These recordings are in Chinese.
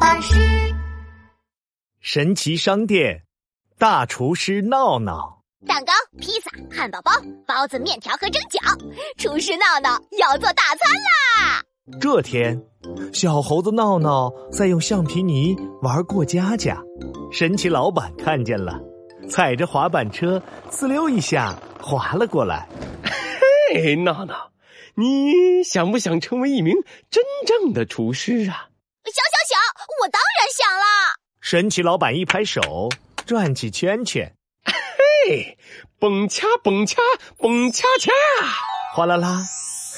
大师神奇商店，大厨师闹闹，蛋糕、披萨、汉堡包、包子、面条和蒸饺，厨师闹闹要做大餐啦！这天，小猴子闹闹在用橡皮泥玩过家家，神奇老板看见了，踩着滑板车呲溜一下滑了过来。 哎，闹闹，你想不想成为一名真正的厨师啊？想想想，我当然想啦！神奇老板一拍手，转起圈圈，嘿，哎蹦恰蹦恰蹦恰恰！哗啦啦，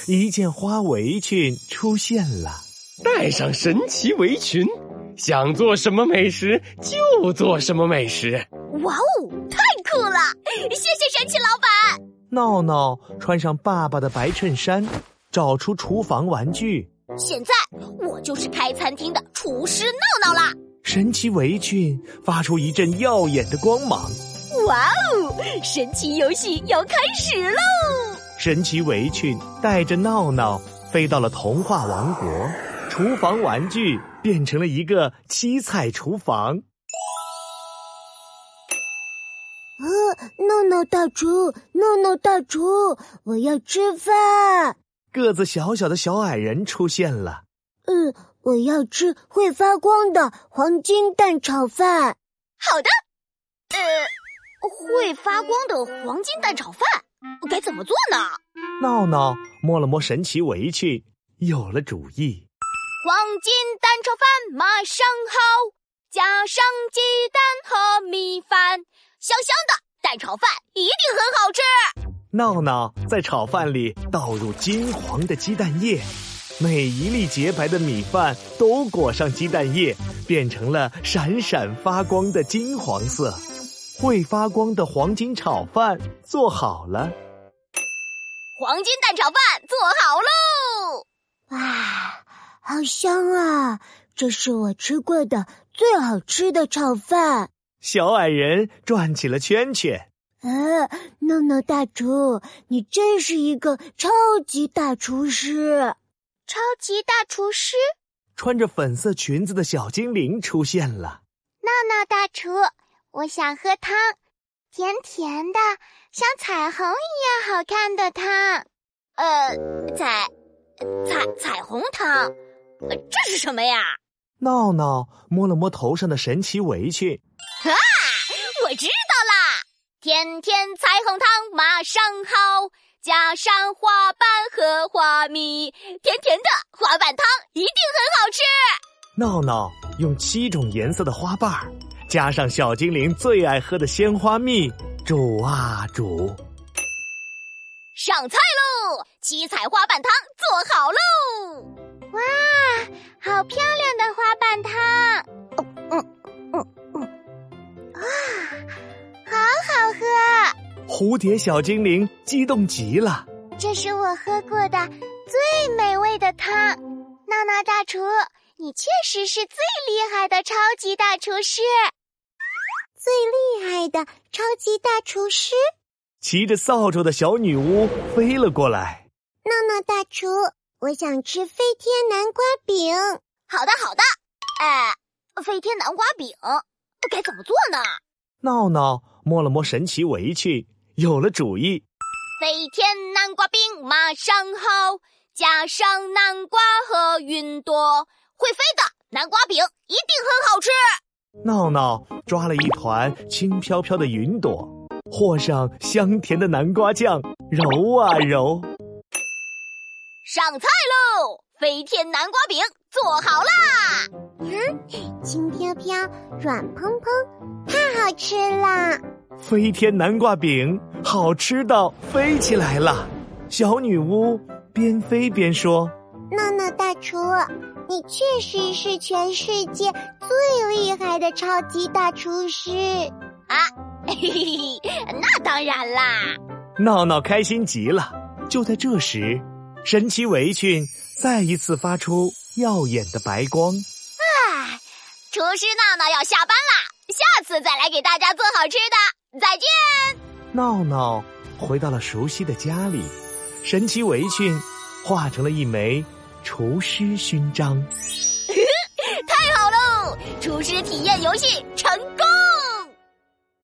一件花围裙出现了。带上神奇围裙，想做什么美食就做什么美食。哇哦，太酷了！谢谢神奇老板。闹闹穿上爸爸的白衬衫，找出厨房玩具，现在我就是开餐厅的厨师闹闹啦！神奇围裙发出一阵耀眼的光芒。哇哦，神奇游戏要开始喽！神奇围裙带着闹闹飞到了童话王国，厨房玩具变成了一个七彩厨房。闹闹大厨，闹闹大厨，我要吃饭。个子小小的小矮人出现了，嗯，我要吃会发光的黄金蛋炒饭。好的，呃，会发光的黄金蛋炒饭该怎么做呢？闹闹摸了摸神奇围裙，有了主意。黄金蛋炒饭马上好，加上鸡蛋和米饭，香香的蛋炒饭一定很好吃。闹闹在炒饭里倒入金黄的鸡蛋液，每一粒洁白的米饭都裹上鸡蛋液，变成了闪闪发光的金黄色。会发光的黄金炒饭做好了，黄金蛋炒饭做好喽！哇，好香啊！这是我吃过的最好吃的炒饭。小矮人转起了圈圈。呃，闹闹大厨，你真是一个超级大厨师。超级大厨师穿着粉色裙子的小精灵出现了。闹闹大厨，我想喝汤，甜甜的，像彩虹一样好看的汤。呃，彩彩彩虹汤，呃这是什么呀？闹闹摸了摸头上的神奇围裙，我知道啦，天天彩虹汤马上好，加上花瓣和花蜜，甜甜的花瓣汤一定很好吃。闹闹用七种颜色的花瓣儿，加上小精灵最爱喝的鲜花蜜，煮啊煮。上菜喽！七彩花瓣汤做好喽！哇，好漂亮的花瓣汤！哦嗯啊蝴蝶小精灵激动极了，这是我喝过的最美味的汤。闹闹大厨，你确实是最厉害的超级大厨师。厉害的超级大厨师，骑着扫帚的小女巫飞了过来。闹闹大厨，我想吃飞天南瓜饼。好的，好的。哎，飞天南瓜饼该怎么做呢？闹闹摸了摸神奇围裙，有了主意。飞天南瓜饼马上好，加上南瓜和云朵，会飞的南瓜饼一定很好吃。闹闹抓了一团轻飘飘的云朵，和上香甜的南瓜酱，揉啊揉。上菜喽！飞天南瓜饼做好啦！轻飘飘，软蓬蓬，太好吃了！飞天南瓜饼好吃到飞起来了。小女巫边飞边说闹闹大厨，你确实是全世界最厉害的超级大厨师。嘿嘿嘿， 那当然啦！：“闹闹开心极了。”就在这时，神奇围裙再一次发出耀眼的白光。唉，厨师闹闹要下班啦，下次再来给大家做好吃的。再见！闹闹回到了熟悉的家里，神奇围裙化成了一枚厨师勋章。太好喽！厨师体验游戏成功。